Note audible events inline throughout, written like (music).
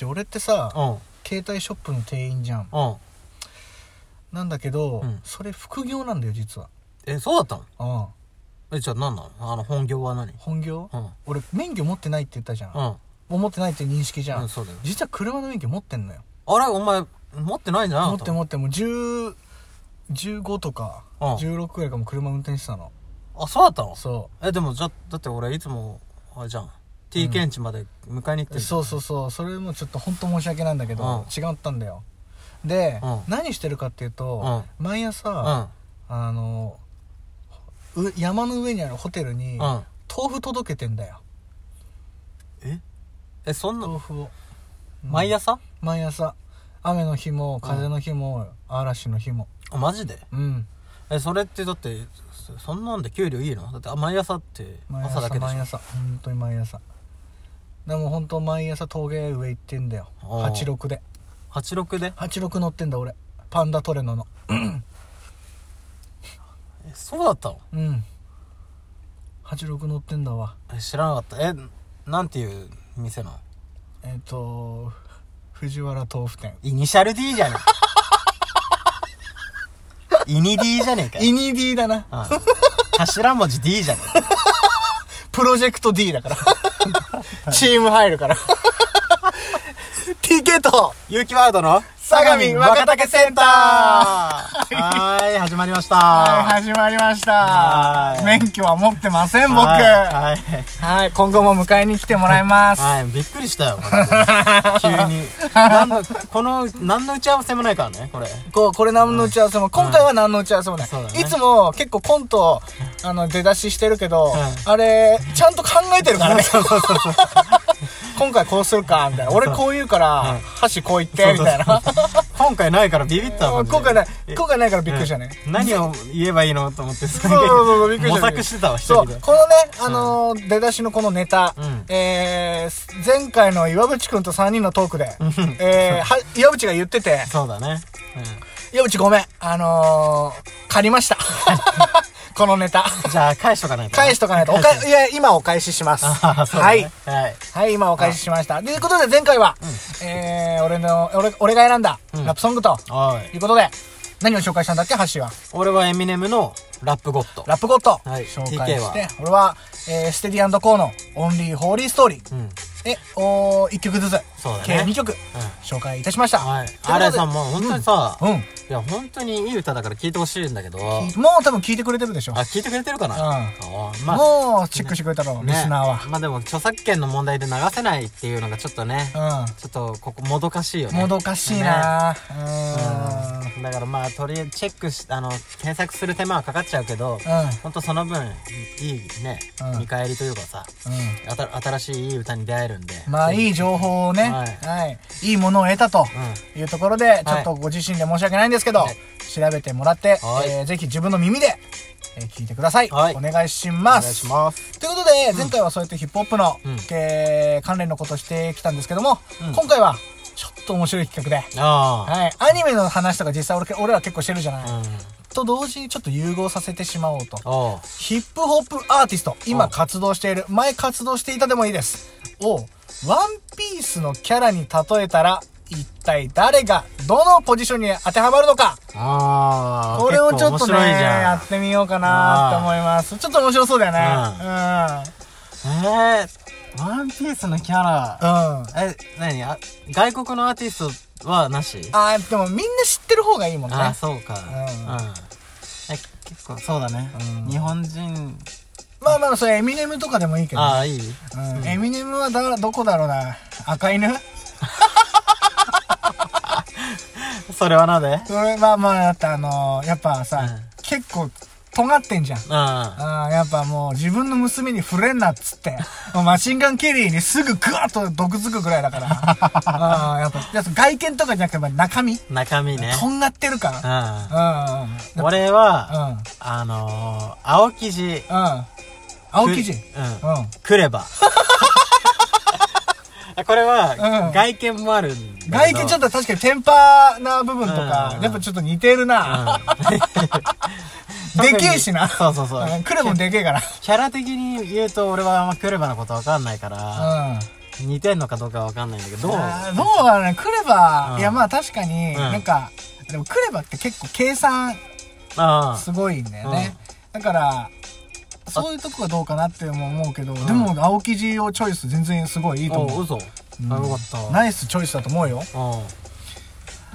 橋俺ってさうん携帯ショップの店員じゃんうんなんだけど、うんそれ副業なんだよ実はえそうだったのうんえじゃあ何なのあの本業は何本業、うん俺免許持ってないって言ったじゃん、うん持ってないって認識じゃん、うんそうだよ実は車の免許持ってんのよあれお前持ってないんじゃない持って持ってもう10 15とかうん16くらいかも車運転してたのあそうだったのそえでもじゃだって俺いつもあれじゃん T 検知まで迎えに行ってうそうそうそうそれもちょっと本当申し訳ないんだけど、違ったんだよで、うん何してるかっていうと、毎朝、うんうんあのう山の上にあるホテルに、うん豆腐届けてんだよええそんな豆腐をうん毎朝毎朝雨の日も風の日も、嵐の日もあマジでうんえそれってだってそそんなんで給料いいのだってあ毎朝って毎朝朝だけでし毎朝本当に毎朝でも本当毎朝峠上行ってんだよおう86でょ86で86乗ってんだ俺パンダトレノのえそうだったのうん86乗ってんだわえ知らなかったえなんていう店なのえっ、と藤原豆腐店イニシャル D じゃね (laughs) えイニ D じゃねえかよイニディだなうん頭文字 D じゃねえプロジェクト D だ (laughs) から (laughs) チーム入るから TK と有機ワールドの相模若竹センターはーい、始まりました。は始まりましはたい免許は持ってませんい僕ははい。い今後も迎えに来てもらいますはい、びっくりしたよ、マジで (laughs) 急に。なんのこの、何の打ち合わせもないからね、これ。こうこれ何の打ち合わせも、今回は何の打ち合わせもない、そうだねいつも結構コントあの出だししてるけど、んあれちゃんと考えてるからね (laughs) 今回こうするかみたいな俺こう言うから、箸こう言ってみたいな今回ないからビビったわ。マジで今回ない今回ないからびっくりしたね、何を言えばいいのと思って、すそうそうそうびっくりし模た索してたわ、一そう人で。このね、あのー出だしのこのネタ、うんえー、前回の岩渕くんと3人のトークで、えー、は岩渕が言っててそうだね。岩渕ごめんあのー、借りました (laughs) このネタうん。じゃあ、返しとかないと。返しとかないと、おか、返しいや、今お返しします。あーそうだはねい。はい。はい、今お返ししました。ということで、前回は、えー、俺の、俺、俺が選んだ、うんラップソングと、おい。いうことで、何を紹介したんだっけ、ハッシーは。俺はエミネムのラップゴッド。ラップゴッド、はい紹介 TK はして、俺は、えー、ステディアンドコーの、オンリーホーリーストーリー。うん。え、おー、1曲ずつ、そうだね計2曲、紹介いたしました。はいという。ことでアレンさんも本当にさ、うん。いや、本当にいい歌だから聴いてほしいんだけど、もう多分聞いてくれてるでしょあ、。聴いてくれてるかなうんあーまあ、もう、チェックしてくれたろう、ねリスナーは。まあでも、著作権の問題で流せないっていうのがちょっとね、うんちょっとここもどかしいよね。もどかしいなぁ、うーんね。うんだからまあ、とりあえずチェックし、あの、検索する手間はかかっちゃうけど、うんほんとその分、いいねうん、見返りというかさ、うあた新しいいい歌に出会えるんで。ん、まあいい情報をね、ははいいい、いものを得たというところで、ちょっとご自身で申し訳ないんですけど、はい調べてもらって、はいえーぜひ自分の耳で、えー聞いてください,、はいお願いしまお願いすします。ということで前回はそうやってヒップホップの、うんえー関連のことをしてきたんですけども、うん今回はちょっと面白い企画で、あはい、アニメの話とか実際俺俺ら結構してるじゃない、あ。うん。と同時にちょっと融合させてしまおうとおう。ヒップホップアーティスト、う今ん活動している、前活動していたでもいいです。を、ワンピースのキャラに例えたら、一体誰が、どのポジションに当てはまるのか、ああ。これをちょっと結構面ね、白いじゃやんってみようかなと思います。ちょっと面白そうだよね。えー、ワンピースのキャラ。うん。うん。え、なにあ、外国のアーティストはなしあー、でもみんな知ってる方がいいもんね。あ、そうか。うんうん。え、結構、そうだねうん。日本人。まあまあ、それエミネムとかでもいいけどね。ああ、いいうん、エミネムはだどこだろうな赤犬 (laughs) それはなでそれまあまあだってあのーやっぱさ、うん結構尖ってんじゃんうん。あああ、やっぱもう自分の娘に触れんなっつって、もうマシンガンケリーにすぐグワッと毒づくぐらいだから。ああ、やっぱ、やっぱ外見とかじゃなくて、まあ中身、中身ね。とんがってるから。ううんうんん。俺うは、ん。うん。うん。あのー、青生地。青生地。ううん。ん。くれば。 (laughs) これうはん、外見もあるんだけど。外見ちょっと確かにテンパーな部分とうんうんかう、んやっぱちょっと似てるな。 (laughs) でけえしな。そうそうそううんクレもでけえから。キャラ的に言うと俺はあんまクレバのことわかんないから、うん。似てんのかどうかわかんないんだけど、あーどうだろうねクレバー、うんいやまあ確かに、んなんかでもクレバーって結構計算あすごいんだよね、だからそういうとこがどうかなっても思うけど、でも青生地をチョイス全然すごいいいあ、とお思う、嘘。うんあよかった。ナイスチョイスだと思うよう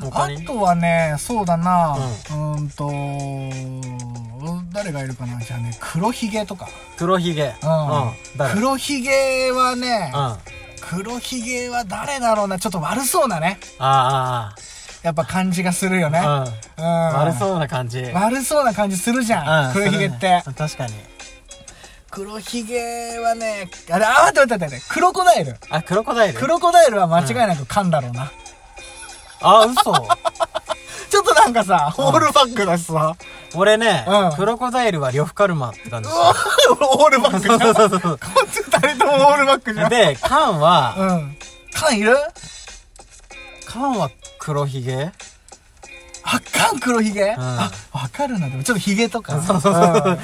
ん。他あにとはねそうだなうんんと誰がいるかなじゃあね黒ひげとか、黒ひげ。うんうん。誰黒ひげはね、うん。あ黒ひげは誰だろうなちょっと悪そうなねあやっぱ感じがするよね、ああ。うん。うん、悪うそうな感じ。うん。悪そうな感じするじゃん、黒ひげって、それね (laughs) 確かに。黒ひげはねあれあ待って待って待ってクロコダイルあ、クロコダイル。クロコダイルは間違いなく噛んだろうな、あ、嘘。ちょっとなんかさオールバックだしさ、俺ねうん、クロコダイルは呂布カルマって感じ。オールバックそうそうそうそこう。っち二人ともオールバックじゃん。で、カンは、うん。缶いるカンは黒ひげあ、缶黒ひげ、あ、わかるな。でもちょっとひげとか。そうそうそう。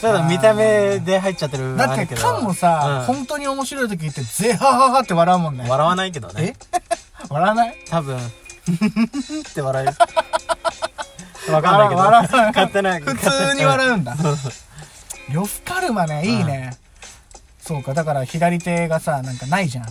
そうだ、見た目で入っちゃってる。だって缶もさ、うん本当に面白い時って、ゼハハハって笑うもんね。笑わないけどね。 (laughs) 笑わない多分って笑え (laughs) るわかんないけど笑わない勝手な普通に笑 (laughs) うんだ。呂布カルマね、いいね。そうか、だから左手がさ、なんかないじゃん。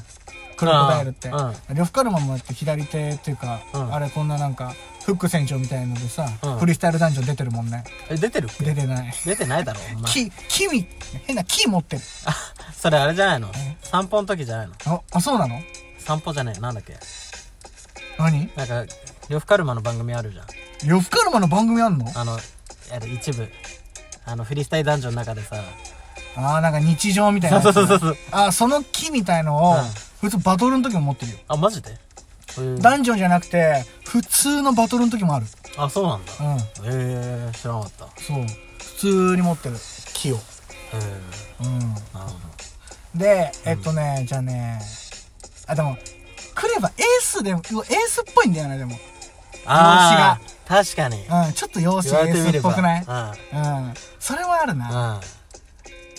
クロコダイルって。うんうん呂布カルマもだって左手っていうか、うんあれこんななんか、フック船長みたいのでさ、うんフリースタイルダンジョン出てるもんね。え出てる出てない。出てないだろお前木、木み、変な木持ってる。それあれじゃないの散歩の時じゃないのあ、あ、そうなの散歩じゃないなんだっけ何なんか呂布カルマの番組あるじゃん呂布カルマの番組あんのあのあれ一部あのフリースタイルダンジョンの中でさあーなんか日常みたいなやつ。そうそうそうそうあーその木みたいのを、うん普通バトルの時も持ってるよ。あマジでへえダンジョンじゃなくて、普通のバトルの時もある。あそうなんだうん。へえ知らなかったへそう。普通に持ってる。木を。えうん。なるほで、えっとね、じゃあね、あ、でも、来ればエースでも、エースっぽいんだよね、でも。どああ確かにうん、ちょっと容言姿わエれてみースれっばぽくないうんうん。それはあるな。うん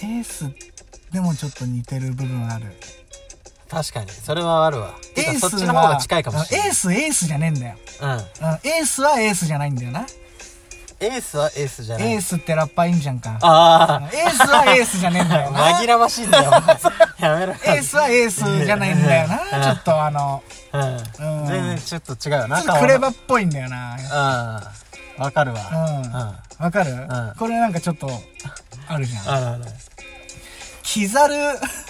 エースでもちょっと似てる部分ある確かにそれはあるわエてかースそっはちの方が近いかもしれないエースエースじゃねえんだよ、うんうん、エースはエースじゃないんだよなエースはエースじゃないエースってラッパーいいんじゃんかあエースはエースじゃねえんだあよな紛らわしいん (laughs) だよやめろエースはエースじゃないんだよ (laughs) うなんちょっとあのうん全然ちょっと違うよちょなっとクレバっぽいんだよな顔がうんわかるわうんうんわかる、んこれなんかちょっとあるじゃんあるあるキザル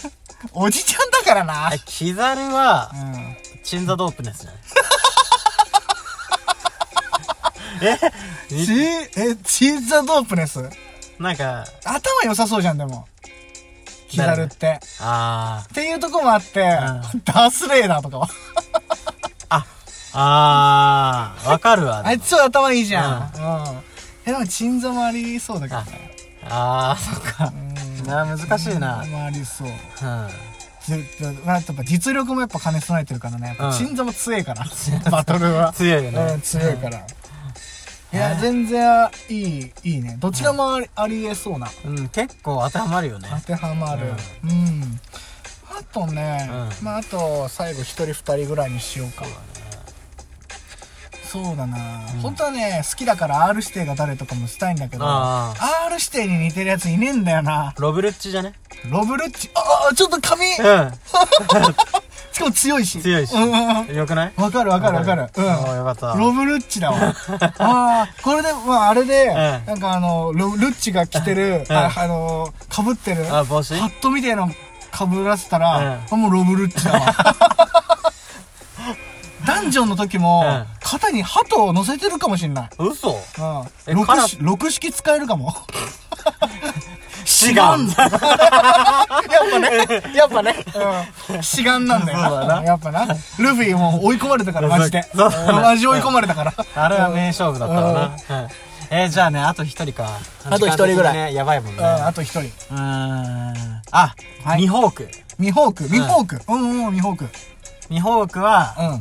(laughs) おじちゃんだからなあキザルはうんチンザドープネスね (laughs) えチえチーザドープネスなんか頭良さそうじゃんでもキザルってあっていうとこもあって、ダースレーダーとかは。あああわかるわあいつは頭いいじゃん。うん。え、でも、鎮座もありそうだけどね。ああそっかな難しいな鎮座もありそう。うんずまあやっぱ実力もやっぱ兼ね備えてるからね。やっぱ鎮座も強いから。 (laughs) バトルは。強いようねん、強いから。いや、全然いい、いいね。どちらもありありえそうな。うん結構当てはまるよね当てはまる。うん。あとね、うんまああと最後一人二人ぐらいにしようか。そうだな、本当はね好きだから R 指定が誰とかもしたいんだけどあ R 指定に似てるやついねえんだよなロブルッチじゃねロブルッチああちょっと髪しうかも強いし強いしうんうんうんん。よくないわかるわかるわかるああ、よかった。うんロブルッチだ (laughs) わああこれでまああれで、んなんかあのロルッチが着てる、うんああのかぶってるあ、ハ帽子ットみたいなのかぶらせたら、あもうロブルッチだわ (laughs) ダンジョンの時も、うん肩に鳩を乗せてるかもしんない嘘え六カラ式六式使えるかも。 (laughs) 志願志願やっぱね、やっぱね、うん、志願なんだよそうだな。なやっぱな。ルフィもう追い込まれたから、マジで。そうそうだねマジ追い込まれたから。あれは名勝負だったわな。うんえー、じゃあね、あと一人か。あと一人ぐらい時間的にね。やばいもんね。うん、あと一人。うーん。あは、いミホーク。ミホーク、ミホーク。うんうん、ミホーク。うん。ミホークは、あ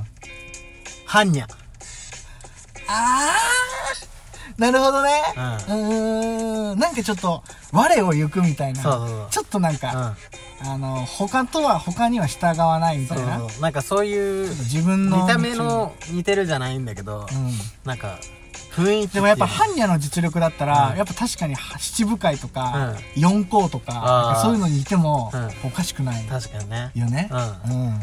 ハンニャ。あなるほどね。ううーん。なんかちょっと、我を行くみたいな。そうそうそうちょっとなんうか、んあの、他とは、他には従わないみたそいうな。そうなんかそういう自分の。見た目。の似てるじゃないんだけど、うん。なんか雰囲気てでいうもやっぱ、般若の実力だったら、うんやっぱ確かに七部会とか、う四皇とか、あーなんかそういうのにいてもうん、おかしくない確かにねよねう。んうん。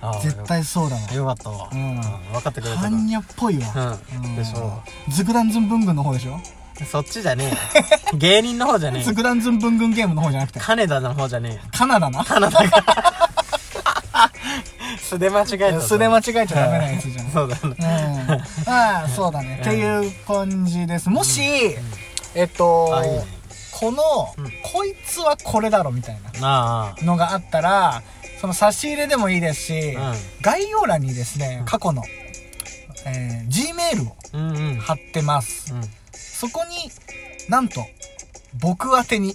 あ絶対そうだわ。よかったわ、うん分かってくれた般若っぽいわ。うんでしょズグランズン文軍の方でしょそっちじゃねえよ芸人の方じゃねえズ (laughs) よグランズン文軍ゲームの方じゃなくて、金田の方じゃねえよカナダな。カナダが素で間違えた素で間違えちゃダメなやつじゃん。そうだねうん、ああそうだね、っていう感じですもし、えっとあいいねこの、うんこいつはこれだろみたいなあのがあったらその差し入れでもいいですし、ん概要欄にですね過去の、えー G メールをあうんうんうん貼ってます、そこになんと僕宛てに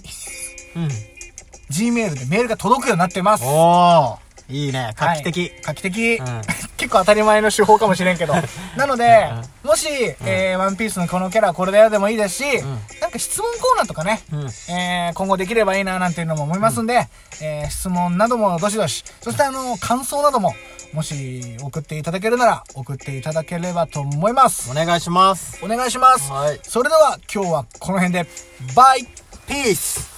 うん G メールでメールが届くようになってますおおいいね画期的、はい画期的、うん (laughs) 結構当たり前の手法かもしれんけ (laughs) どなのでもし、えーワンピースのこのキャラはこれだよ」でもいいですし、んなんか質問コーナーとかね、うんえー今後できればいいななんていうのも思いますんで、えー質問などもどしどしそしてあの感想などももし送っていただけるなら送っていただければと思いますお願いしますお願いしますはいそれでは今日はこの辺でバイピース